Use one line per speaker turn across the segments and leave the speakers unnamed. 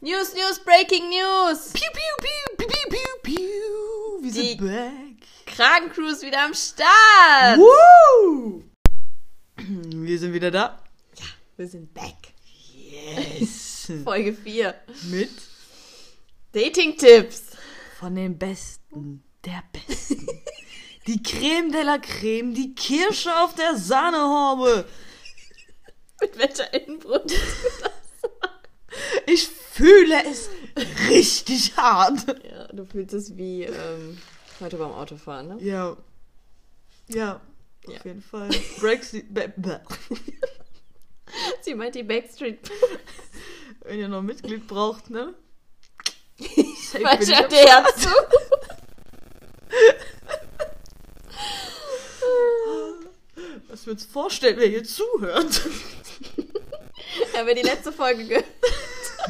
News, News, Breaking News!
Piu, piu, piu, piu, piu, piu, piu. Wir
Die-
sind back.
Kragencrew ist wieder am Start!
Woo! Wir sind wieder da.
Wir sind back.
Yes.
Folge 4.
Mit
Dating-Tipps.
von den Besten der Besten. Die Creme de la Creme, die Kirsche auf der Sahnehaube.
Mit welcher Innenbrust?
Ich fühle es richtig hart.
ja, du fühlst es wie ähm, heute beim Autofahren, ne?
Ja. Ja. Auf
Ja.
jeden Fall. Brexit. Be- be-
Sie meint die Backstreet.
Wenn ihr noch ein Mitglied braucht, ne? Safe bin
Falsch
ich
hat
am
der Herz zu.
Was wir uns vorstellen, wer hier zuhört.
Haben wir die letzte Folge gehört?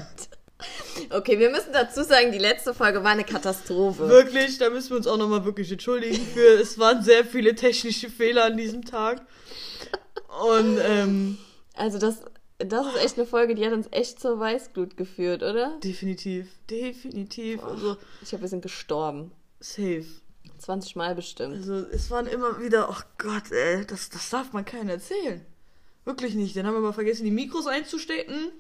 Okay, wir müssen dazu sagen, die letzte Folge war eine Katastrophe.
Wirklich, da müssen wir uns auch nochmal wirklich entschuldigen für. Es waren sehr viele technische Fehler an diesem Tag. Und ähm,
Also das, das ist echt eine Folge, die hat uns echt zur Weißglut geführt, oder?
definitiv, definitiv, also
Ich glaube, wir sind gestorben.
safe.
20 Mal bestimmt.
Also es waren immer wieder, oh Gott, ey, das, das darf man keinen erzählen. Wirklich nicht. Dann haben wir mal vergessen, die Mikros einzustecken.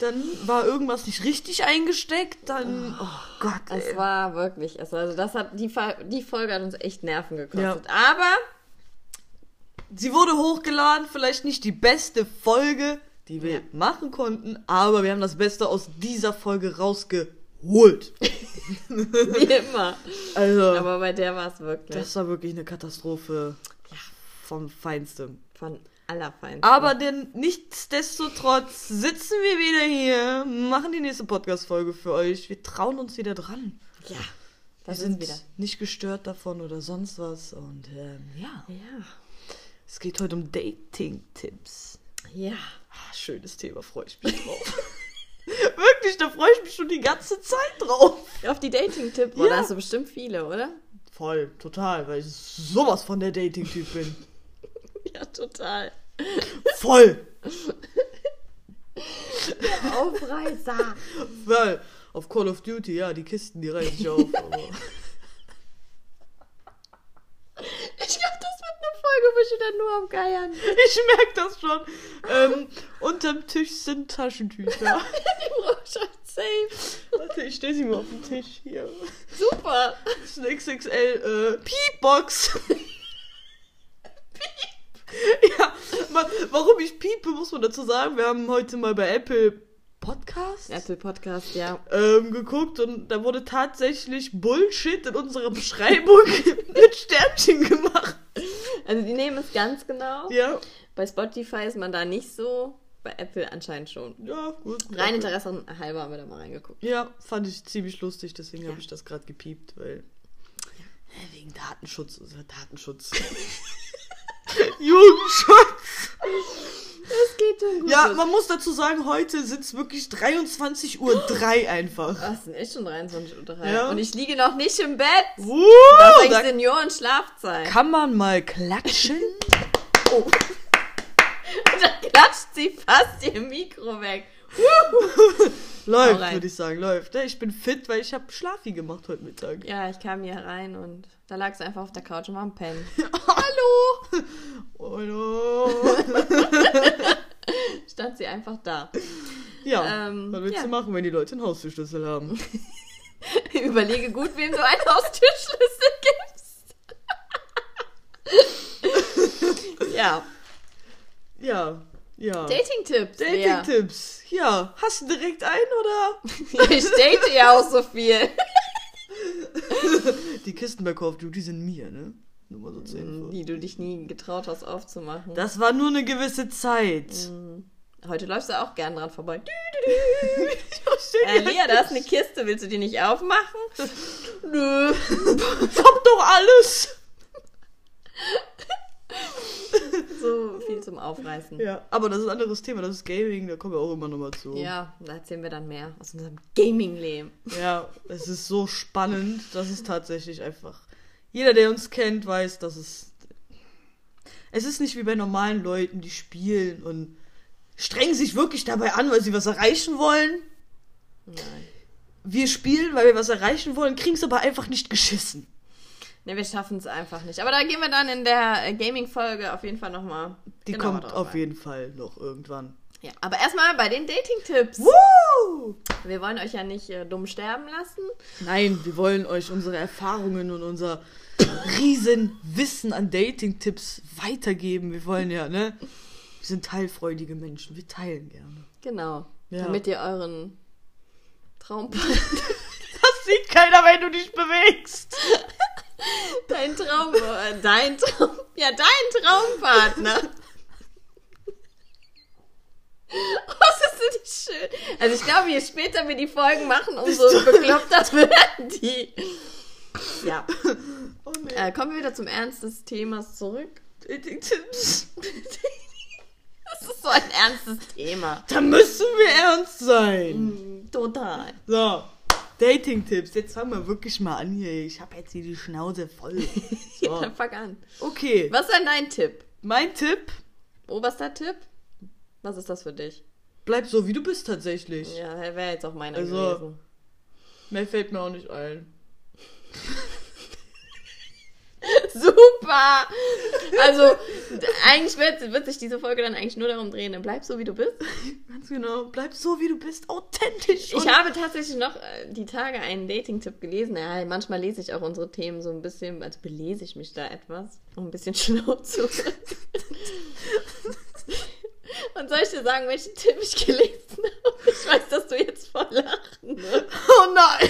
Dann war irgendwas nicht richtig eingesteckt. Dann, oh Gott,
Es
ey.
war wirklich, es war, also das hat, die, Fa- die Folge hat uns echt Nerven gekostet.
Ja.
Aber
Sie wurde hochgeladen, vielleicht nicht die beste Folge, die wir
Ja.
machen konnten, aber wir haben das Beste aus dieser Folge rausgeholt.
wie immer.
Also,
Aber bei der war es wirklich
das war wirklich eine Katastrophe vom Feinsten.
von allerfeinsten.
Aber denn nichtsdestotrotz sitzen wir wieder hier, machen die nächste Podcast-Folge für euch. Wir trauen uns wieder dran.
ja, das
wir
ist
sind
wieder.
nicht gestört davon oder sonst was. Und ähm, ja,
Ja.
es geht heute um Dating-Tipps.
Ja.
Ah, Schönes Thema, freue ich mich drauf. Wirklich, da freue ich mich schon die ganze Zeit drauf.
Auf die Dating-Tipp, oder?
Ja.
Hast du bestimmt viele, oder?
Voll, total, weil ich sowas von der Dating-Typ bin.
Ja, total.
Voll,
Aufreißer.
weil auf Call of Duty, ja, die Kisten, die reiße ich auf. Aber
Ich glaube, das wird eine Folge, wo ich wieder nur am Geiern bin.
ich merke das schon. Ähm, unterm Tisch sind Taschentücher.
Die brauche ich halt safe.
Warte, ich stelle sie mal auf den Tisch hier.
Super.
Das ist eine XXL äh, Piepbox. ja, ma, warum ich piepe, muss man dazu sagen. Wir haben heute mal bei Apple Podcast
Apple Podcast, ja.
ähm, geguckt und da wurde tatsächlich Bullshit in unserer Beschreibung mit Sternchen gemacht.
Also die nehmen es ganz genau.
Ja,
Bei Spotify ist man da nicht so, bei Apple anscheinend schon.
ja, gut.
Rein Interesse halber haben wir da mal reingeguckt.
Ja, fand ich ziemlich lustig, deswegen
Ja.
habe ich das gerade gepiept, weil. Hä, Wegen Datenschutz, also Datenschutz. Jugendschutz!
Das geht schon gut.
Ja, man muss dazu sagen, heute sind es wirklich 23.03 Uhr einfach.
Ach, es sind echt schon 23.30 Uhr.
Ja.
Und ich liege noch nicht im Bett.
Wow,
Das ist eigentlich
da
Senioren-Schlafzeit.
kann man mal klatschen.
Oh. da klatscht sie fast ihr Mikro weg. Hau
läuft,
rein.
würde ich sagen, läuft. Ich bin fit, weil ich habe Schlafi gemacht heute Mittag.
Ja, ich kam hier rein und da lag sie einfach auf der Couch und war am Pennen.
Hallo! Hallo!
Stand sie einfach da.
Ja,
Ähm,
was willst
ja.
du machen, wenn die Leute einen Haustürschlüssel haben?
Überlege gut, wem du einen Haustürschlüssel gibst. ja.
Ja, ja.
Dating-Tipps. Lea.
Dating-Tipps. Ja, hast du direkt einen oder?
Ich date ja auch so viel.
Die Kisten bei Call of Duty sind mir, ne? Nur mal so zur Info.
Mm, Die du dich nie getraut hast aufzumachen.
Das war nur eine gewisse Zeit.
Mm. Heute läufst du auch gern dran vorbei. Äh,
Äh,
Lea, da ist eine Kiste. Willst du die nicht aufmachen? Nö.
Kommt doch alles!
So viel zum Aufreißen.
Ja, aber das ist ein anderes Thema, das ist Gaming, da kommen wir auch immer nochmal zu.
Ja, da erzählen wir dann mehr aus unserem Gaming-Leben.
ja, es ist so spannend, das ist tatsächlich einfach. Jeder, der uns kennt, weiß, dass es. Es ist nicht wie bei normalen Leuten, die spielen und strengen sich wirklich dabei an, weil sie was erreichen wollen.
Nein.
Wir spielen, weil wir was erreichen wollen, kriegen es aber einfach nicht geschissen.
Ne, wir schaffen es einfach nicht. Aber da gehen wir dann in der äh, Gaming-Folge auf jeden Fall nochmal.
Die kommt auf jeden Fall noch irgendwann.
Ja, aber erstmal bei den Dating-Tipps.
Woo!
Wir wollen euch ja nicht äh, dumm sterben lassen.
Nein, wir wollen euch unsere Erfahrungen und unser riesen Wissen an Dating-Tipps weitergeben. Wir wollen ja, ne? Wir sind teilfreudige Menschen. Wir teilen gerne.
Genau.
Ja.
Damit ihr euren Traum,
Das sieht keiner, wenn du dich bewegst.
dein Traum, äh, dein Traum, ja, dein Traumpartner. Was Oh, ist denn die schön? Also ich glaube, je später wir die Folgen machen, umso bekloppter werden die. Ja.
Oh nee.
Äh, kommen wir wieder zum Ernst des Themas zurück.
Dating-Tipps.
Das ist so ein ernstes Thema.
Da müssen wir ernst sein.
Total.
So, Dating-Tipps. Jetzt fangen wir wirklich mal an hier. Ich habe jetzt hier die Schnauze voll. So.
Dann fang an.
Okay,
Was ist denn dein Tipp?
mein Tipp.
Oberster Tipp? Was ist das für dich?
Bleib so, wie du bist tatsächlich.
Ja, wäre jetzt auch meiner
Also-
gewesen.
Mehr fällt mir auch nicht ein.
Super! Also, d- eigentlich wird, wird sich diese Folge dann eigentlich nur darum drehen, dann bleib so, wie du bist.
Ganz genau. Bleib so, wie du bist. Authentisch.
Ich habe tatsächlich noch äh, die Tage einen Dating-Tipp gelesen. Ja, manchmal lese ich auch unsere Themen so ein bisschen, also belese ich mich da etwas, um ein bisschen schlau zu werden. Und soll ich dir sagen, welchen Tipp ich gelesen habe? Ich weiß, dass du jetzt vor Lachen. Ne?
Oh nein.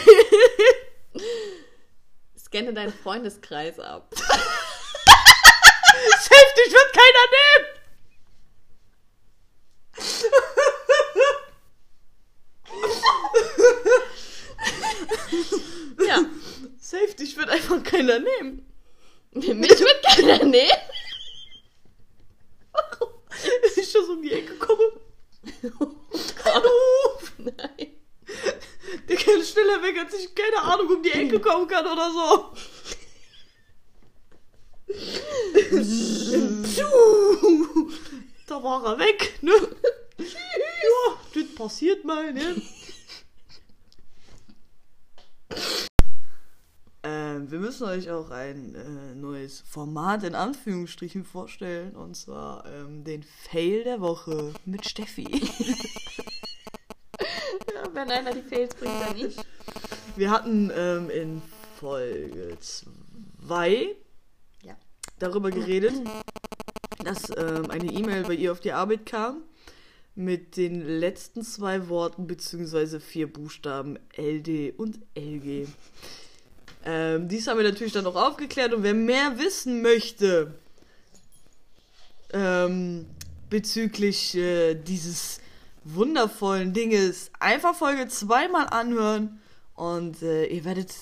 Scanne deinen Freundeskreis ab.
Safe, dich wird keiner nehmen.
Ja,
Safe, dich wird einfach keiner nehmen.
mich wird keiner nehmen.
Ist ich schon so um die Ecke komme. Hallo.
Oh Nein.
Der kann schneller weg, als ich keine Ahnung um die Ecke kommen kann oder so. Pschuh. da war er weg, ne? Ja, das passiert mal, ne? Ähm, wir müssen euch auch ein äh, neues Format in Anführungsstrichen vorstellen. Und zwar ähm, den Fail der Woche mit Steffi.
Ja, wenn einer die Fails bringt, dann ich.
Wir hatten ähm, in Folge 2
Ja.
darüber geredet, dass ähm, eine E-Mail bei ihr auf die Arbeit kam mit den letzten zwei Worten bzw. vier Buchstaben LD und LG. Ähm, dies haben wir natürlich dann auch aufgeklärt und wer mehr wissen möchte ähm, bezüglich äh, dieses wundervollen Dinges, einfach Folge zweimal anhören und äh, ihr werdet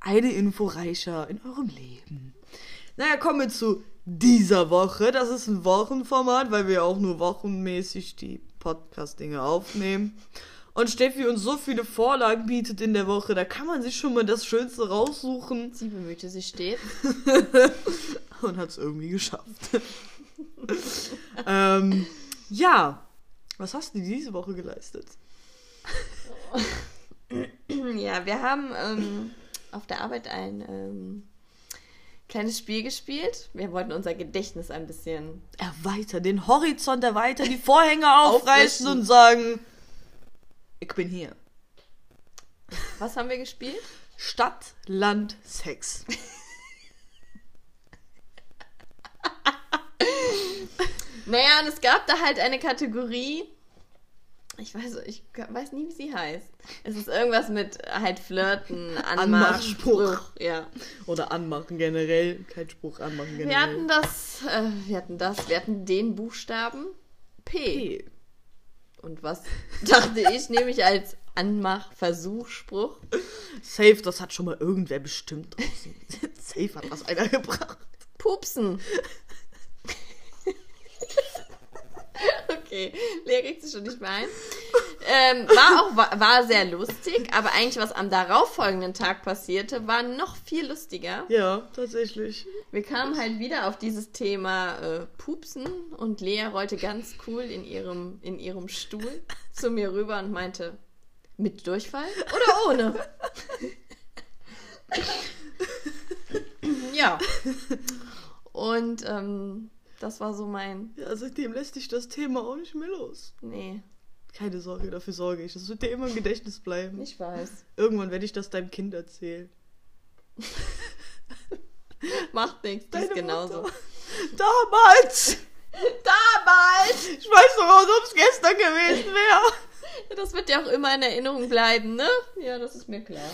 eine Info reicher in eurem Leben. Naja, kommen wir zu dieser Woche. Das ist ein Wochenformat, weil wir auch nur wochenmäßig die Podcast-Dinge aufnehmen. Und Steffi uns so viele Vorlagen bietet in der Woche, da kann man sich schon mal das Schönste raussuchen
Sie bemühte sich stets.
und hat es irgendwie geschafft. ähm, ja, was hast du diese Woche geleistet?
Ja, wir haben ähm, auf der Arbeit ein ähm, kleines Spiel gespielt. Wir wollten unser Gedächtnis ein bisschen.
Erweiter, den Horizont erweiter, die Vorhänge
Aufrissen.
aufreißen und sagen, ich bin hier.
Was haben wir gespielt?
Stadt, Land, Sex.
Naja, und es gab da halt eine Kategorie. Ich weiß, ich weiß nie, wie sie heißt. Es ist irgendwas mit halt Flirten, Anmachspruch.
Anmachspruch.
Ja.
Oder anmachen generell. Kein Spruch anmachen generell.
Wir hatten das, äh, wir hatten das, wir hatten den Buchstaben P.
P.
Und was dachte ich, nehme ich als Anmachversuchsspruch?
Safe, das hat schon mal irgendwer bestimmt draußen. Safe hat das einer gebracht.
Pupsen. Okay, Lea regt sich schon nicht mehr ein. Ähm, war auch wa- war sehr lustig, aber eigentlich was am darauffolgenden Tag passierte, war noch viel lustiger.
Ja, tatsächlich.
Wir kamen halt wieder auf dieses Thema äh, Pupsen und Lea rollte ganz cool in ihrem in ihrem Stuhl zu mir rüber und meinte: Mit Durchfall oder ohne? ja. Und ähm, das war so mein.
Ja, seitdem lässt dich das Thema auch nicht mehr los.
Nee,
Keine Sorge, dafür sorge ich. Das wird dir immer im Gedächtnis bleiben.
ich weiß.
Irgendwann werde ich das deinem Kind erzählen.
Macht nichts, das ist
Deine
genauso.
Mutter. Damals!
Damals!
Ich weiß noch, als ob es gestern gewesen wäre.
Das wird ja auch immer in Erinnerung bleiben, ne? Ja, das ist mir klar.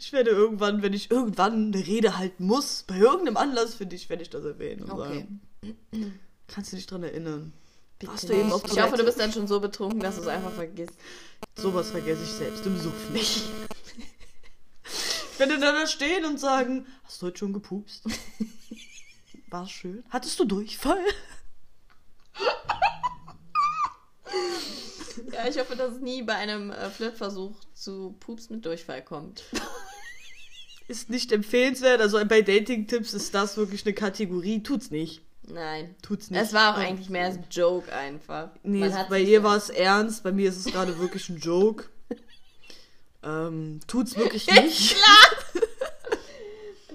Ich werde irgendwann, wenn ich irgendwann eine Rede halten muss, bei irgendeinem Anlass für dich, werde ich das erwähnen. Und
Okay.
Sagen. Kannst du dich dran erinnern? Warst du
Bitte.
eben auf
ich hoffe, du bist dann schon so betrunken, dass du es einfach vergisst.
Sowas vergesse ich selbst im Suff nicht. Ich werde dann da stehen und sagen, hast du heute schon gepupst? War schön. Hattest du Durchfall?
Ja, ich hoffe, dass es nie bei einem äh, Flirtversuch zu Pups mit Durchfall kommt.
Ist nicht empfehlenswert. Also bei Dating-Tipps ist das wirklich eine Kategorie. Tut's nicht.
Nein.
Tut's nicht.
Es war auch eigentlich mehr als ein Joke einfach.
Nee,
Man
es-
hat
bei
sich-
ihr war es ernst, bei mir ist es gerade wirklich ein Joke. ähm, tut's wirklich nicht.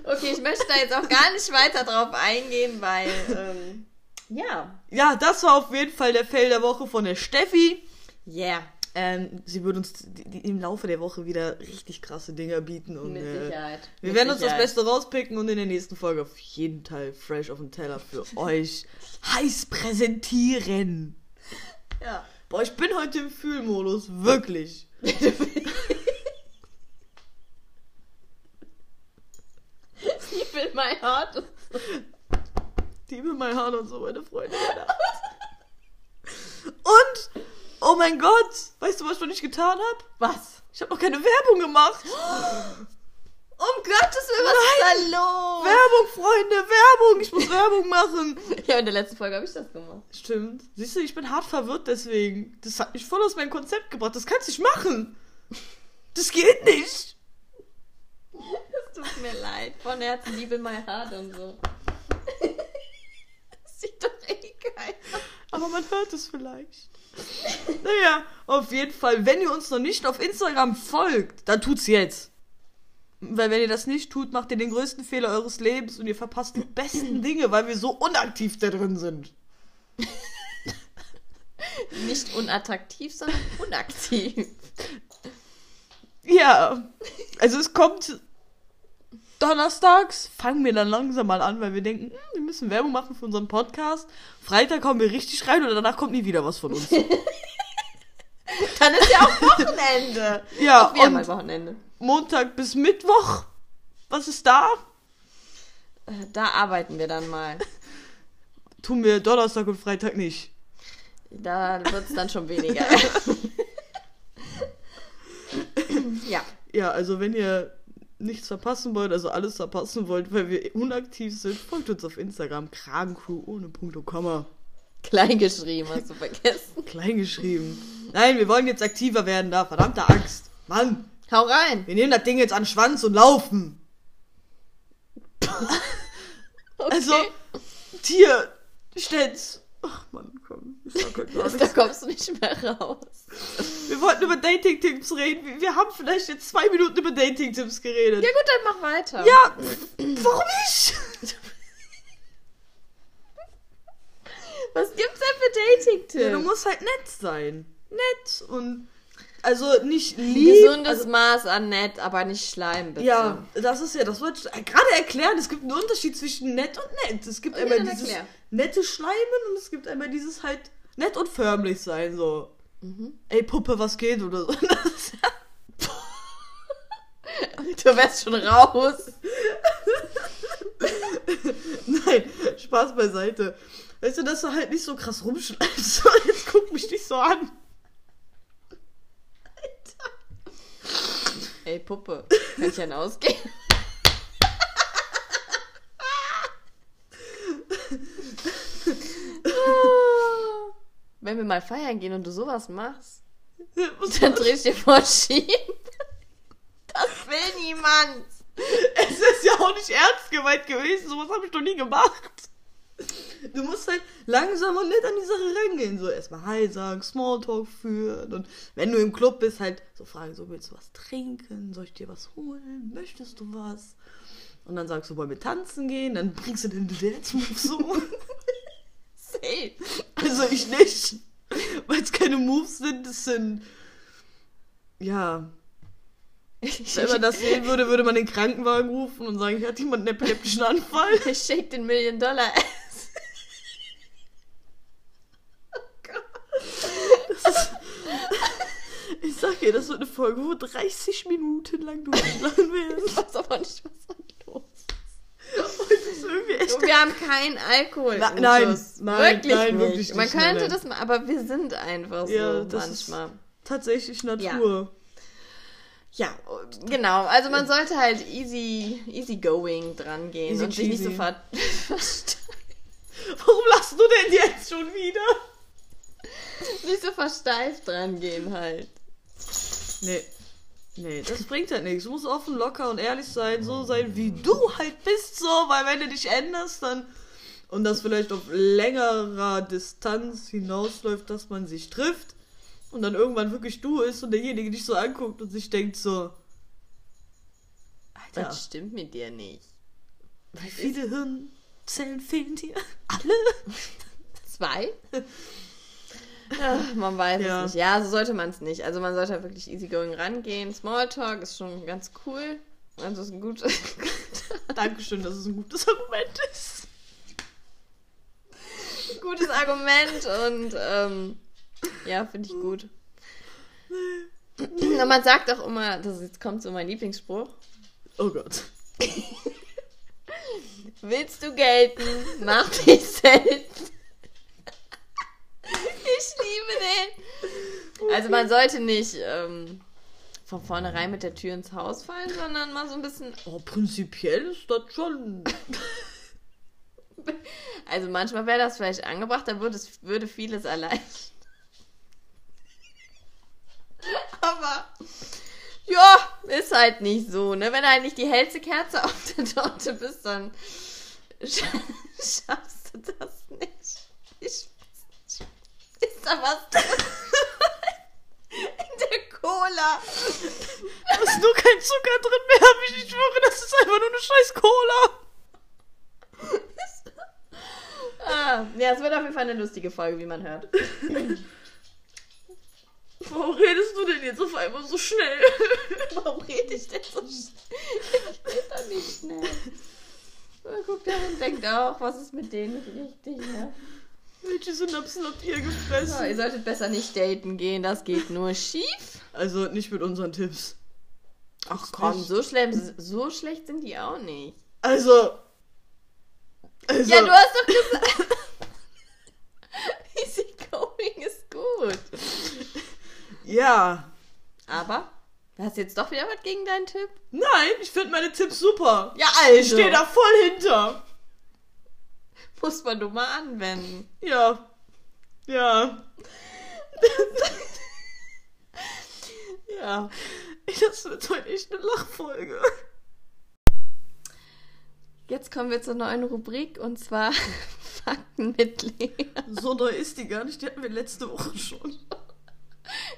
Okay, ich möchte da jetzt auch gar nicht weiter drauf eingehen, weil. Ähm, ja.
Ja, das war auf jeden Fall der Fail der Woche von der Steffi.
Yeah.
Ähm, sie wird uns die, die, im Laufe der Woche wieder richtig krasse Dinger bieten. Und,
Mit
äh,
Sicherheit.
wir
Mit
werden uns das
Sicherheit.
Beste rauspicken und in der nächsten Folge auf jeden Teil fresh auf dem Teller für euch heiß präsentieren.
Ja.
Boah, ich bin heute im Fühlmodus, wirklich.
Deep in my heart.
Liebe mein Hahn und so, meine Freunde. Und, oh mein Gott, weißt du, was ich noch nicht getan habe?
Was?
Ich habe noch keine Werbung gemacht.
Um Gottes Willen, was ist da los?
Werbung, Freunde, Werbung. Ich muss Werbung machen.
Ja, in der letzten Folge habe ich das gemacht.
Stimmt. Siehst du, ich bin hart verwirrt deswegen. Das hat mich voll aus meinem Konzept gebracht. Das kannst du nicht machen. Das geht nicht.
Es tut mir leid. Von Herzen, Deep in my heart und so. Das sieht doch eh geil aus.
Aber man hört es vielleicht. Naja, auf jeden Fall, wenn ihr uns noch nicht auf Instagram folgt, dann tut's jetzt. Weil wenn ihr das nicht tut, macht ihr den größten Fehler eures Lebens und ihr verpasst die besten Dinge, weil wir so unaktiv da drin sind.
Nicht unattraktiv, sondern unaktiv.
Ja. Also es kommt donnerstags, fangen wir dann langsam mal an, weil wir denken, hm, wir müssen Werbung machen für unseren Podcast. Freitag kommen wir richtig rein und danach kommt nie wieder was von uns.
Dann ist ja auch Wochenende.
Ja,
Auch wieder mal
und
Wochenende.
Montag bis Mittwoch. Was ist da?
Äh, Da arbeiten wir dann mal.
Tun wir Donnerstag und Freitag nicht.
Da wird es dann schon weniger. ja.
Ja, also wenn ihr nichts verpassen wollt, also alles verpassen wollt, weil wir unaktiv sind, folgt uns auf Instagram, Kragencrew ohne Punkt und Komma.
Klein geschrieben, hast du vergessen.
Kleingeschrieben. Nein, wir wollen jetzt aktiver werden da, verdammte Axt. Mann.
Hau rein.
Wir nehmen das Ding jetzt an den Schwanz und laufen.
Okay.
Also, Tier, stellt's. Ach Mann, komm. Ich sag heute gar
da
nichts.
kommst du nicht mehr raus.
Wir wollten über Dating-Tipps reden. Wir- Wir haben vielleicht jetzt zwei Minuten über Dating-Tipps geredet.
Ja gut, dann mach weiter.
Ja, pff, warum nicht?
Was gibt's denn für Dating-Tipps?
Ja, du musst halt nett sein. Nett und. Also nicht
Ein
lieb.
Gesundes
also,
Maß an nett, aber nicht Schleim, bitte.
ja, das ist ja, das wollte ich gerade erklären. Es gibt einen Unterschied zwischen nett und nett. Es gibt
Okay,
einmal
dann
dieses
erklär.
nette Schleimen und es gibt einmal dieses halt nett und förmlich sein, so.
Mhm.
Ey, Puppe, was geht oder so. Das ist ja-
Du wärst schon raus.
Nein, Spaß beiseite. Weißt du, dass du halt nicht so krass rumschleifst. So, jetzt guck mich nicht so an.
Ey, Puppe. Kann ich dann ausgehen? Wenn wir mal feiern gehen und du sowas machst, dann drehst du dir vor den Schienen. Das will niemand.
Es ist ja auch nicht ernst gemeint gewesen. Sowas habe ich noch nie gemacht. Du musst halt langsam und nett an die Sache rangehen. So erstmal Hi sagen, Smalltalk führen. Und wenn du im Club bist, halt so fragen, so willst du was trinken? Soll ich dir was holen? Möchtest du was? Und dann sagst du, wollen wir tanzen gehen? Dann bringst du den Dance-Move so.
Safe.
Also ich nicht. Weil es keine Moves sind, es sind. Ja. Wenn man das sehen würde, würde man den Krankenwagen rufen und sagen, hier hat jemand einen epileptischen Anfall.
Ich shake den Million Dollar Ass.
Ich sag dir, das wird eine Folge, wo 30 Minuten lang du lachen
Ich
wirst.
weiß aber nicht, was da los ist.
Und das ist irgendwie echt.
Und wir haben keinen Alkohol.
Na- nein,
Usus.
nein,
wirklich
nein,
nicht.
wirklich
Man
nicht, nein,
könnte
nein.
das mal, aber wir sind einfach so
Ja, das ist-
manchmal.
Tatsächlich Natur.
Ja, genau. Also man sollte halt easy, easy going dran gehen
Easy
und sich nicht so
cheesy.
ver versteifen-
Warum lachst du denn jetzt schon wieder?
nicht so versteift dran gehen halt.
Nee. Nee, das bringt halt nichts. Du musst offen, locker und ehrlich sein, so sein, wie du halt bist, so, weil wenn du dich änderst, dann. Und das vielleicht auf längerer Distanz hinausläuft, dass man sich trifft und dann irgendwann wirklich du ist und derjenige dich so anguckt und sich denkt so. Alter,
Das stimmt mit dir nicht.
wie viele Hirnzellen fehlen dir? Alle?
Zwei? Ach, man weiß
Ja.
es nicht. Ja, so sollte man es nicht. Also man sollte halt wirklich easygoing rangehen. Smalltalk ist schon ganz cool. Also ist ein gut.
Dankeschön, dass es ein gutes Argument ist.
gutes Argument und ähm, ja, finde ich gut. Und man sagt auch immer, das jetzt kommt so mein Lieblingsspruch.
Oh Gott.
Willst du gelten? Mach dich selten. Ich liebe den. Also man sollte nicht ähm, von vornherein mit der Tür ins Haus fallen, sondern mal so ein bisschen.
Oh, prinzipiell ist das schon.
Also manchmal wäre das vielleicht angebracht, dann würde, es, würde vieles erleichtern. Aber ja, ist halt nicht so, ne? Wenn du halt nicht die hellste Kerze auf der Torte bist, dann sch schaffst du das nicht. Ich, ist da was drin? In der Cola.
Da ist nur kein Zucker drin mehr, hab ich nicht schwöre, das ist einfach nur eine scheiß Cola.
Ah, ja, es wird auf jeden Fall eine lustige Folge, wie man hört.
Warum redest du denn jetzt auf einmal so schnell?
Warum rede ich denn so schnell? Hm. Ich rede doch nicht schnell. Man guckt ja und denkt auch, was ist mit denen nicht richtig, ne?
Welche Synapsen habt ihr
So, ihr
gefressen?
solltet besser nicht daten gehen, das geht nur schief.
Also nicht mit unseren Tipps. Ach
Komm, so, schlimm, so schlecht sind die auch nicht.
Also. Also.
Ja, du hast doch gesagt... Easy going ist gut.
ja.
Aber, hast du jetzt doch wieder was gegen deinen Tipp?
Nein, ich finde meine Tipps super.
Ja, also.
Ich stehe da voll hinter.
Muss man nur mal anwenden.
Ja. Ja.
Ja.
Das wird heute echt eine Lachfolge.
Jetzt kommen wir zur neuen Rubrik und zwar Fakten mit Lea.
So neu ist die gar nicht, die hatten wir letzte Woche schon.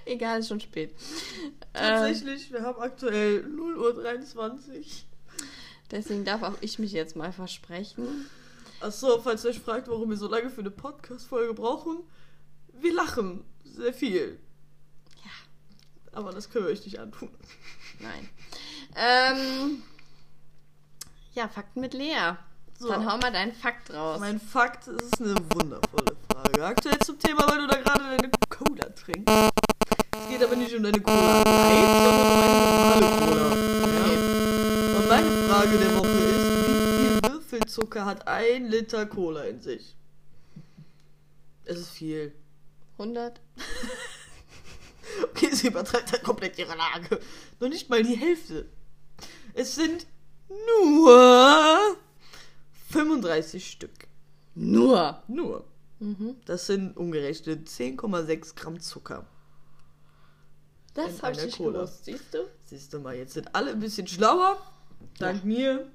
Egal, ist schon spät. Ähm,
Tatsächlich, wir haben aktuell 0.23 Uhr.
deswegen darf auch ich mich jetzt mal versprechen.
Achso, falls ihr euch fragt, warum wir so lange für eine Podcast-Folge brauchen, wir lachen sehr viel. Ja. Aber das können wir euch nicht antun.
Nein. Ähm, ja, Fakten mit Lea.
So.
Dann hau mal deinen Fakt raus.
Mein Fakt es ist eine wundervolle Frage. Aktuell zum Thema, weil du da gerade deine Cola trinkst. Es geht aber nicht um deine Cola Light, sondern um eine normale Cola. Ja?
okay.
Und meine Frage der Woche ist, wie viel Würfelzucker hat ein Liter Cola in sich? Es ist viel.
100?
Okay, sie übertreibt halt komplett ihre Lage. Noch nicht mal die Hälfte. Es sind nur 35 Stück.
Nur.
Nur.
Mhm.
Das sind umgerechnet 10,6 Gramm Zucker.
Das
In
hab ich
einer
nicht
Cola.
gewusst, siehst du?
Siehst du mal, jetzt sind alle ein bisschen schlauer. Dank mir.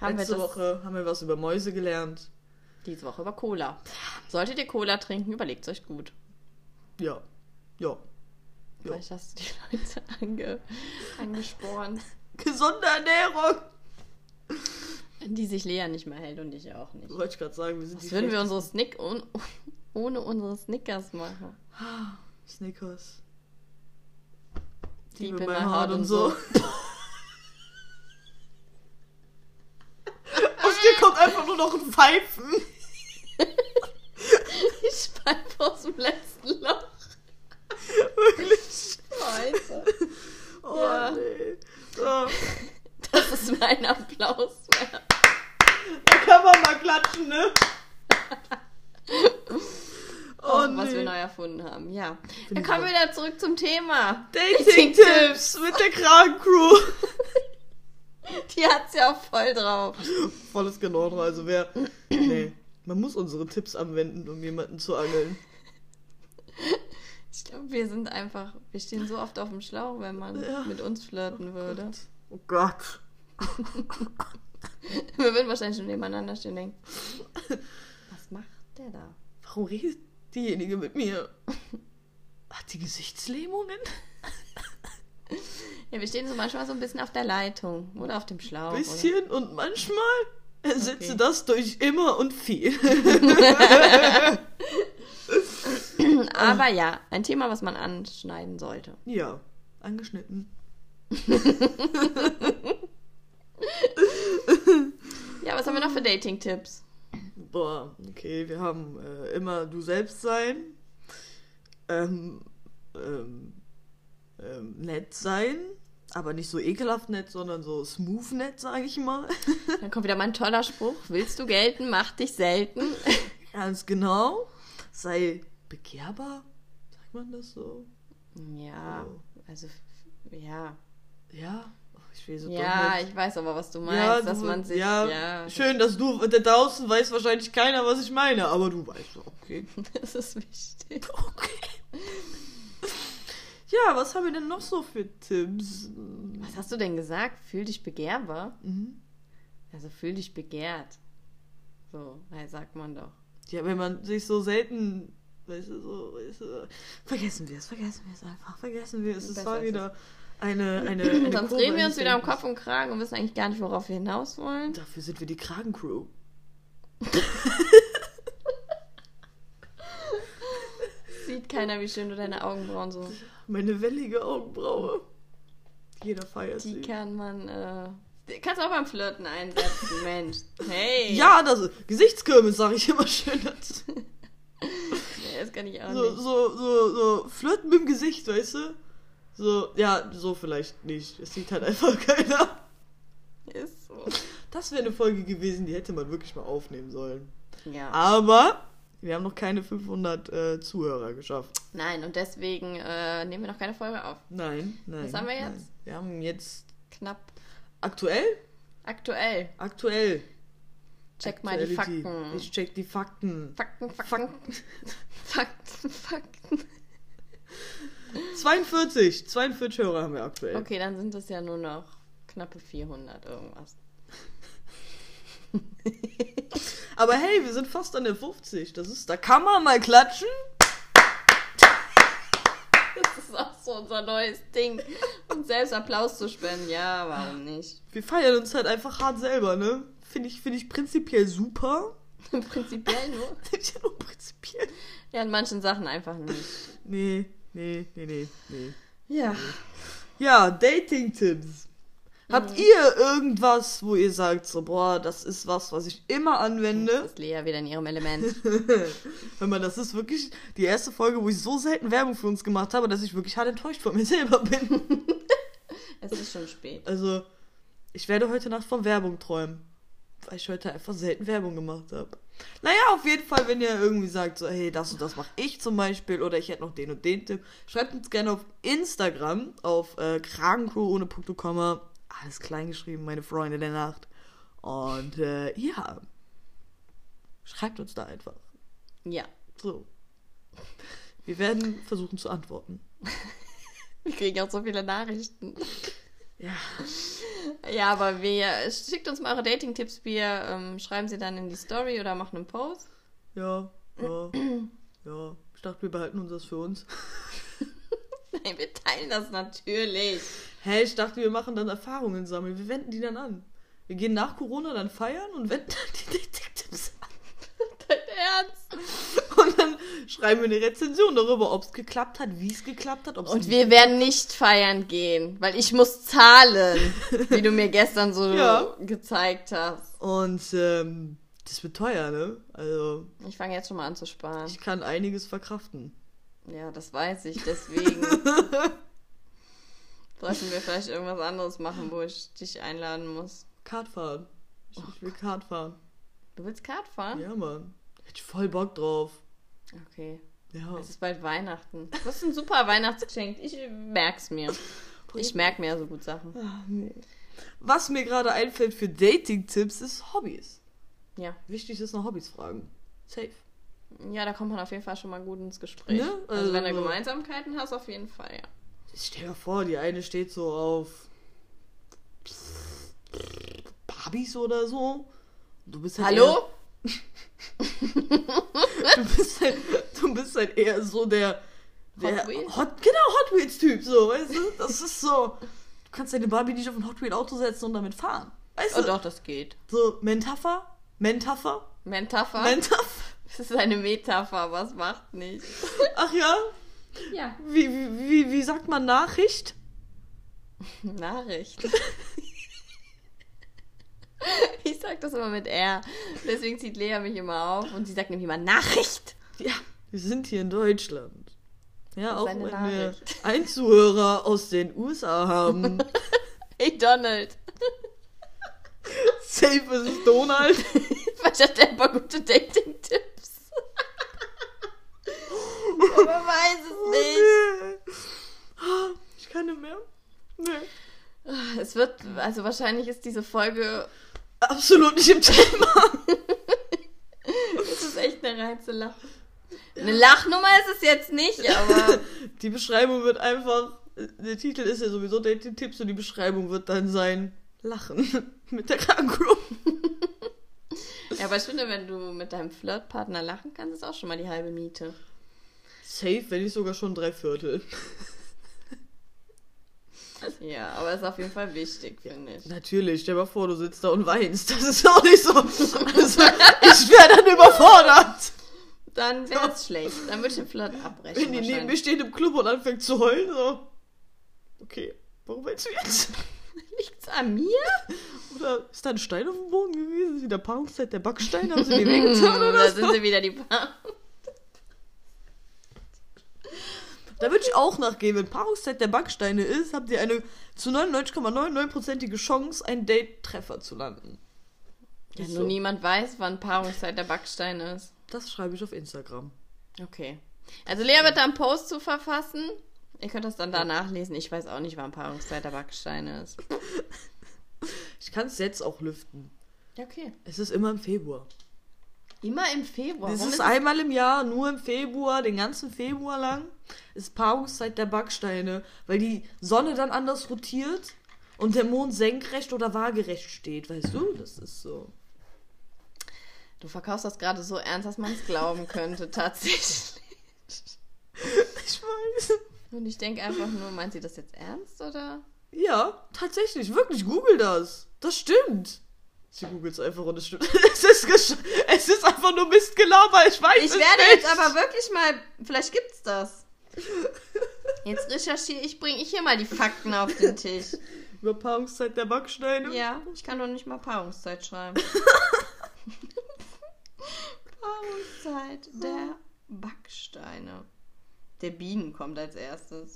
Haben wir
Letzte
das,
Woche haben wir was über Mäuse gelernt.
Diese Woche über Cola. Solltet ihr Cola trinken, überlegt euch gut.
Ja. Ja. Ja.
Vielleicht hast du die Leute ange angespornt,
Gesunde Ernährung.
an die sich Lea nicht mehr hält und ich auch nicht.
Wollte ich gerade sagen, wir sind
Was
die
würden wir
schlecht-
unsere Snick un ohne unsere Snickers machen?
Snickers.
Liebe
mit
nach
meinem
Haut
Hart
und
und
so.
so. Aus dir kommt einfach nur noch ein Pfeifen.
Ich pfeife aus dem letzten Loch.
Wirklich.
Scheiße.
Oh,
Ja.
nee. So,
Das ist mein Applaus.
Oh,
wert.
da kann man mal klatschen, ne?
Oh,
Oh, nee.
Was wir neu erfunden haben. Ja. Dann
ich
kommen
auch.
wir wieder zurück zum Thema.
Dating-Tipps mit der Kragencrew.
Die hat's ja auch voll drauf.
Volles Genorder, also wer... Nee, man muss unsere Tipps anwenden, um jemanden zu angeln.
Ich glaube, wir sind einfach, wir stehen so oft auf dem Schlauch, wenn man
Ja.
mit uns flirten würde.
Oh Gott.
Wir würden wahrscheinlich schon nebeneinander stehen und denken, was macht der da?
Warum redet diejenige mit mir? Hat die Gesichtslähmungen?
Ja, wir stehen so manchmal so ein bisschen auf der Leitung oder auf dem Schlauch. Oder?
Bisschen und manchmal ersetze
Okay.
das durch immer und viel.
Aber ja, ein Thema, was man anschneiden sollte.
Ja, angeschnitten.
Ja, was haben wir noch für Dating-Tipps?
Boah, okay, wir haben äh, immer du selbst sein, ähm, ähm, ähm, nett sein, aber nicht so ekelhaft nett, sondern so smooth nett, sage ich mal.
Dann kommt wieder mein toller Spruch. Willst du gelten, mach dich selten.
Ganz genau. Sei begehrbar, sagt man das so?
Ja, also, ja.
Ja, oh, ich will so dumm
Ja,
jetzt.
ich weiß aber, was du
ja,
meinst, dass
du-
man sich,
ja,
ja.
schön, dass du, da draußen weiß wahrscheinlich keiner, was ich meine, aber du weißt, okay.
Das ist wichtig.
Okay. Ja, was haben wir denn noch so für Tipps?
Was hast du denn gesagt? Fühl dich begehrbar?
Mhm.
Also fühl dich begehrt. So, hey, sagt man doch.
Ja, wenn man sich so selten, weißt du, so, weißt du, vergessen wir es, vergessen wir es einfach, vergessen wir es. Es
Besser
war
ist
wieder eine, eine, eine
Sonst
Kurve
drehen wir uns
eines
wieder am
Denkens.
Kopf und Kragen und wissen eigentlich gar nicht, worauf wir hinaus wollen.
Dafür sind wir die Kragencrew.
Sieht keiner, wie schön du deine Augenbrauen so.
Meine wellige Augenbraue. Jeder feiert
Die
sie.
kann man. Äh, die kannst du auch beim Flirten einsetzen, Mensch. Hey.
Ja, das ist Gesichtskürbis, sage ich immer schön dazu.
Nee, Das kann ich auch
so,
nicht.
so, so, so, flirten mit dem Gesicht, weißt du? So, ja, so vielleicht nicht. Es sieht halt einfach keiner.
Ist so.
Das wäre eine Folge gewesen, die hätte man wirklich mal aufnehmen sollen.
Ja.
Aber wir haben noch keine 500 äh, Zuhörer geschafft.
Nein, und deswegen äh, nehmen wir noch keine Folge auf.
Nein, nein.
Was haben wir jetzt?
Nein. Wir haben jetzt
Knapp.
aktuell?
Aktuell.
Aktuell.
Check mal die
Aktuality.
Fakten.
Ich check die Fakten.
Fakten, Fakten. Fakten, Fakten.
42, 42 Hörer haben wir aktuell.
Okay, dann sind es ja nur noch knappe 400 irgendwas.
Aber hey, wir sind fast an der 50. Das ist, da kann man mal klatschen.
Das ist auch so unser neues Ding. Und selbst Applaus zu spenden, ja, warum nicht?
Wir feiern uns halt einfach hart selber, ne? Finde ich, finde ich prinzipiell super.
Prinzipiell nur.
ja, nur prinzipiell.
Ja, in manchen Sachen einfach nicht.
Nee, nee, nee, nee, nee.
Ja.
Ja, Dating-Tipps. Habt ihr irgendwas, wo ihr sagt, so, boah, das ist was, was ich immer anwende?
Ist Lea wieder in ihrem Element.
Wenn man, das ist wirklich die erste Folge, wo ich so selten Werbung für uns gemacht habe, dass ich wirklich hart enttäuscht von mir selber bin.
Es ist schon spät.
Also, ich werde heute Nacht von Werbung träumen. Weil ich heute einfach selten Werbung gemacht habe. Naja, auf jeden Fall, wenn ihr irgendwie sagt, so, hey, das und das mache ich zum Beispiel oder ich hätte noch den und den Tipp, schreibt uns gerne auf Instagram, auf äh, Kragencrew ohne Punkt und Komma. Alles klein geschrieben, meine Freunde der Nacht. Und äh, ja, schreibt uns da einfach.
Ja.
So. Wir werden versuchen zu antworten.
Wir kriegen auch so viele Nachrichten.
Ja.
Ja, aber wir schickt uns mal eure Dating-Tipps. Wir ähm, schreiben sie dann in die Story oder machen einen Post.
Ja, ja, ja. Ich dachte, wir behalten uns das für uns.
Nein, wir teilen das natürlich.
Hä, hey, ich dachte, wir machen dann Erfahrungen sammeln. Wir wenden die dann an. Wir gehen nach Corona dann feiern und wenden dann die Dating-Tipps an.
Dein Ernst?
Und dann schreiben wir eine Rezension darüber, ob es geklappt hat, wie es geklappt hat, ob es
Und wir werden nicht feiern gehen, weil ich muss zahlen, wie du mir gestern so
Ja.
gezeigt hast.
Und ähm, das wird teuer, ne? Also,
Ich fange jetzt schon mal an zu sparen.
ich kann einiges verkraften.
Ja, das weiß ich, deswegen. Sollten wir vielleicht irgendwas anderes machen, wo ich dich einladen muss.
Kart fahren. Ich, ich will Kart fahren.
Du willst Kart fahren?
Ja, Mann. Hätte ich voll Bock drauf.
Okay.
Ja.
Es ist bald Weihnachten. Das ist ein super Weihnachtsgeschenk. Ich merk's mir. Ich merk mir ja so gut Sachen.
Ach, Ah, nee. Was mir gerade einfällt für Dating-Tipps ist Hobbys.
Ja.
Wichtig ist noch Hobbys fragen. Safe.
Ja, da kommt man auf jeden Fall schon mal gut ins Gespräch.
Ne?
Also,
Also
wenn du
so-
Gemeinsamkeiten hast, auf jeden Fall, ja.
Stell dir vor, die eine steht so auf Barbies oder so. Du bist halt
Hallo?
Eher, du, bist halt, du bist halt eher so der, der
Hot Wheels?
Hot, genau Hot Wheels Typ so, weißt du? Das ist so. Du kannst deine Barbie nicht auf ein Hot Wheel Auto setzen und damit fahren. Weißt
Oh
du?
doch, das geht.
So Mentaffer, Mentaffer,
Metapher?
Mentaffer.
das ist eine Metapher, was macht nicht?
Ach ja,
Ja.
wie, wie, wie, wie sagt man Nachricht?
Nachricht. ich sag das immer mit R. Deswegen zieht Lea mich immer auf und sie sagt nämlich immer Nachricht.
Ja, wir sind hier in Deutschland. Ja, auch wenn
eine
wir
Nachricht.
einen Zuhörer aus den USA haben.
Hey Donald.
Safe ist es Donald.
Was hat der paar gute Dating-Tipps? Aber weiß
Oh,
es
nee. Ah, Ich kann nicht mehr. Nee.
nicht. Es wird, also wahrscheinlich ist diese Folge,
Absolut nicht im Thema.
es ist echt eine reinste Lache. Eine Lachnummer ist es jetzt nicht, aber
Die Beschreibung wird einfach. Der Titel ist ja sowieso Dating Tipps und die Beschreibung wird dann sein Lachen mit der Kanguru.
Ja, aber ich finde, wenn du mit deinem Flirtpartner lachen kannst, ist auch schon mal die halbe Miete.
Safe, wenn nicht sogar schon drei Viertel.
Ja, aber ist auf jeden Fall wichtig, finde ich.
Natürlich, stell mal vor, du sitzt da und weinst. Das ist auch nicht so. Also, ich wäre dann überfordert.
Dann wäre es schlecht. Dann würde ich den Flirt abbrechen.
Wenn die neben mir
wahrscheinlich.
steht im Club und anfängt zu heulen, so. Okay, warum weinst du jetzt?
Liegt's an mir?
Oder ist da ein Stein auf dem Boden gewesen? Ist wieder Paarungszeit der Backstein? Haben sie mir wehgetan
da
oder
sind
so?
sie wieder die Paar.
Da würde ich auch nachgehen. Wenn Paarungszeit der Backsteine ist, habt ihr eine zu 99,99%ige Chance, einen Date-Treffer zu landen.
Ja,
Ist
nur niemand weiß, wann Paarungszeit der Backstein ist.
Das schreibe ich auf Instagram.
Okay. Also Lea wird da einen Post zu verfassen. Ihr könnt das dann da nachlesen. Ich weiß auch nicht, wann Paarungszeit der Backstein ist.
Ich kann es jetzt auch lüften.
Ja, okay.
Es ist immer im Februar.
Immer im Februar.
Es
Warum
ist einmal im Jahr, nur im Februar, den ganzen Februar lang, ist Paarungszeit der Backsteine, weil die Sonne dann anders rotiert und der Mond senkrecht oder waagerecht steht, weißt du? Das ist so.
du verkaufst das gerade so ernst, dass man es glauben könnte, tatsächlich.
Ich weiß.
Und ich denke einfach nur, meint sie das jetzt ernst oder?
Ja, tatsächlich, wirklich, google das. Das stimmt. Sie googelt es einfach und es stimmt. Es ist, gesch- es ist einfach nur Mistgelaber, ich weiß
Ich
es
werde
nicht.
jetzt aber wirklich mal, vielleicht gibt's das. Jetzt recherchiere ich, bringe ich hier mal die Fakten auf den Tisch.
Über Paarungszeit der Backsteine.
Ja, ich kann doch nicht mal Paarungszeit schreiben. Paarungszeit der Backsteine. Der Bienen kommt als erstes.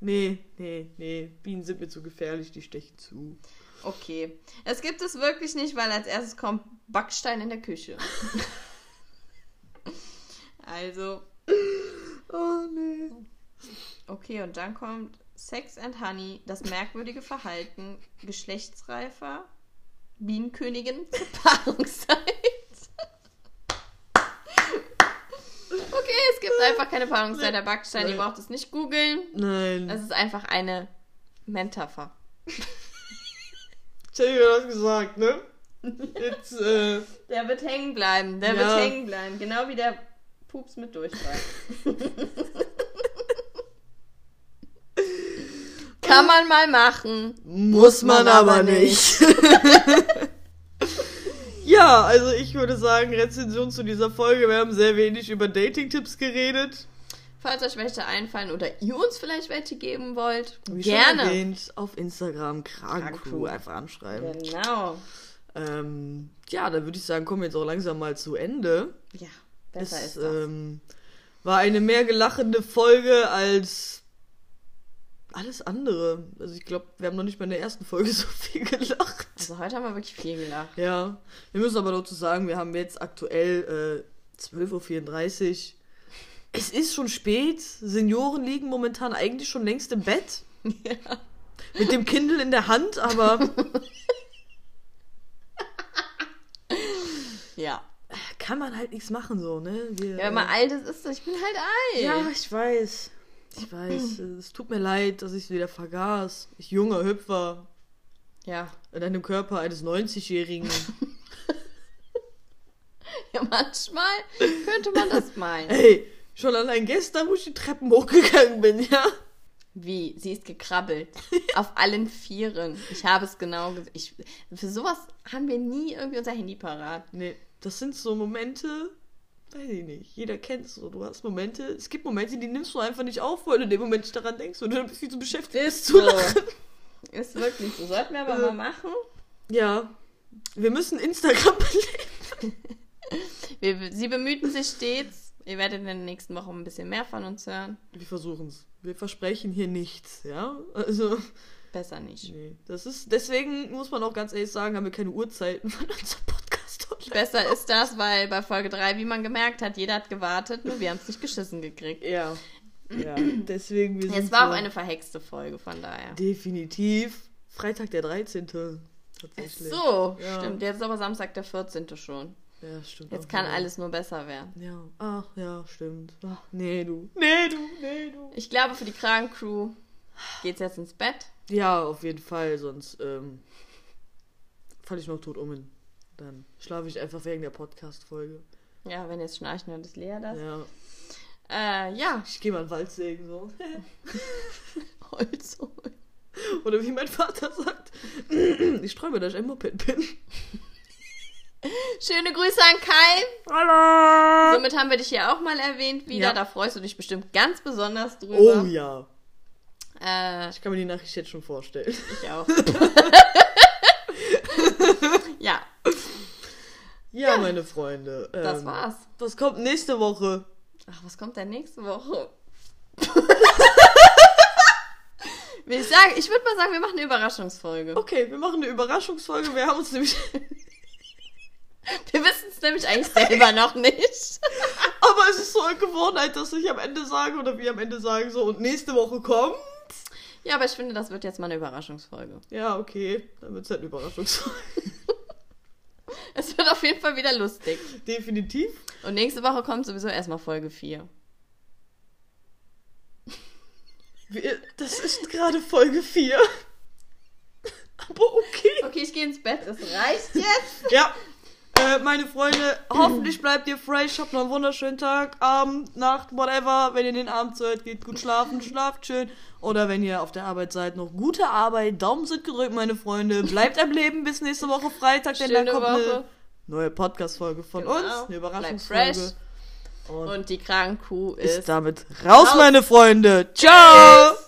Nee, nee, nee. Bienen sind mir zu gefährlich, die stechen zu.
Okay. Es gibt es wirklich nicht, weil als erstes kommt Backstein in der Küche. also,
Oh, nee.
Okay, und dann kommt Sex and Honey, das merkwürdige Verhalten, Geschlechtsreifer, Bienenkönigin, Paarungszeit. Okay, es gibt einfach keine Paarungszeit der Backstein, ihr braucht es nicht googeln.
Nein.
Es ist einfach eine Mentapher.
Ich hätte mir das gesagt, ne? Jetzt, äh,
Der wird hängen bleiben, der
Ja.
wird hängen bleiben. Genau wie der Pups mit Durchfall. Kann man mal machen.
muss man,
man
aber
aber
nicht. ja, also ich würde sagen, Rezension zu dieser Folge. Wir haben sehr wenig über Dating-Tipps geredet.
Falls euch welche einfallen oder ihr uns vielleicht welche geben wollt,
Wie Schon
gerne.
erwähnt, auf Instagram Kragencrew
Kragencrew.
einfach anschreiben.
Genau.
Ähm, ja, dann würde ich sagen, kommen wir jetzt auch langsam mal zu Ende.
Ja, besser
es
ist das.
Ähm, war eine mehr gelachende Folge als alles andere. Also ich glaube, wir haben noch nicht mal in der ersten Folge so viel gelacht.
Also heute haben wir wirklich viel gelacht.
Ja, wir müssen aber dazu sagen, wir haben jetzt aktuell äh, 12.34 Uhr. Es ist schon spät. Senioren liegen momentan eigentlich schon längst im Bett. Mit dem Kindle in der Hand, aber
Ja.
kann man halt nichts machen so, ne? Wir, äh,
Ja, wenn man alt ist, ist das. Ich bin halt alt.
Ja, ich weiß. Ich weiß. Es tut mir leid, dass ich es wieder vergaß. Ich junger Hüpfer
Ja.
in einem Körper eines 90-Jährigen.
ja, manchmal könnte man das meinen.
Ey, schon allein gestern, wo ich die Treppen hochgegangen bin, ja?
Wie? Sie ist gekrabbelt. Auf allen Vieren. Ich habe es genau gesehen. Ich- Für sowas haben wir nie irgendwie unser Handy parat.
Nee, das sind so Momente, weiß ich nicht. Jeder kennt so. Du hast Momente, es gibt Momente, die nimmst du einfach nicht auf, weil du in dem Moment nicht daran denkst und du bist viel zu beschäftigt, bist zu lachen.
Ist wirklich so. Sollten wir aber
Äh.
mal machen.
Ja. Wir müssen Instagram belegen.
Wir, sie bemühten sich stets. Ihr werdet in den nächsten Wochen ein bisschen mehr von uns hören.
Wir versuchen's. Wir versprechen hier nichts, ja? Also.
Besser nicht.
Nee, das ist, deswegen muss man auch ganz ehrlich sagen, haben wir keine Uhrzeiten von unserem Podcast online.
Besser ist das, weil bei Folge 3, wie man gemerkt hat, jeder hat gewartet, nur wir haben es nicht geschissen gekriegt.
Ja. Ja, deswegen wir sind
Es war auch
so-
eine verhexte Folge, von daher.
Definitiv. Freitag der 13.
Ach
Tatsächlich.
So,
Ja.
stimmt. Jetzt ist aber Samstag der 14. schon.
Ja, stimmt.
Jetzt
auch
kann
wieder.
alles nur besser werden.
Ja. Ach, ja, stimmt. Ach, nee, du. Nee, du, nee, du.
Ich glaube, für die Kragencrew geht's jetzt ins Bett.
Ja, auf jeden Fall, sonst ähm, falle ich noch tot um. hin. Dann schlafe ich einfach wegen der Podcast-Folge.
Ja, wenn jetzt Schnarchen und es leer das.
Ja.
Ja. Äh, ja.
Ich gehe mal in den Wald sägen, so.
Holz holen.
Oder wie mein Vater sagt, ich träume, dass ich ein Moped bin.
Schöne Grüße an Kai.
Hallo!
Somit haben wir dich hier auch mal erwähnt wieder.
Ja.
Da freust du dich bestimmt ganz besonders
Oh
drüber.
ja.
ja. Äh,
Ich kann mir die Nachricht jetzt schon vorstellen.
ich auch. ja,
Ja, meine Freunde. Ähm,
das war's.
Was kommt nächste Woche?
Ach, was kommt denn nächste Woche? Will ich sagen, ich würde mal sagen, wir machen eine Überraschungsfolge.
Okay, wir machen eine Überraschungsfolge. Wir haben uns nämlich.
Wir wissen es nämlich eigentlich selber noch nicht.
Aber es ist so eine Gewohnheit, dass ich am Ende sage oder wir am Ende sagen so und nächste Woche kommen.
Ja, aber ich finde, das wird jetzt mal eine Überraschungsfolge.
Ja, okay. Dann wird es halt eine Überraschungsfolge.
Es wird auf jeden Fall wieder lustig.
Definitiv.
Und nächste Woche kommt sowieso erstmal Folge 4.
Wir, das ist gerade Folge 4. Aber okay.
Okay, ich gehe ins Bett. Das reicht jetzt.
Ja. Äh, meine Freunde, hoffentlich bleibt ihr fresh. Habt noch einen wunderschönen Tag, Abend, Nacht, whatever. Wenn ihr den Abend hört, geht gut schlafen, schlaft schön. Oder wenn ihr auf der Arbeit seid, noch gute Arbeit. Daumen sind gedrückt, meine Freunde. Bleibt am Leben bis nächste Woche Freitag, denn
Schöne
dann kommt eine
Woche.
neue Podcast-Folge von
Genau.
uns. Eine
Bleibt
Überraschungsfolge.
fresh. Und die Kragenkuh
Ist
ist...
damit raus,
raus.
meine Freunde. Ciao!
Tschüss.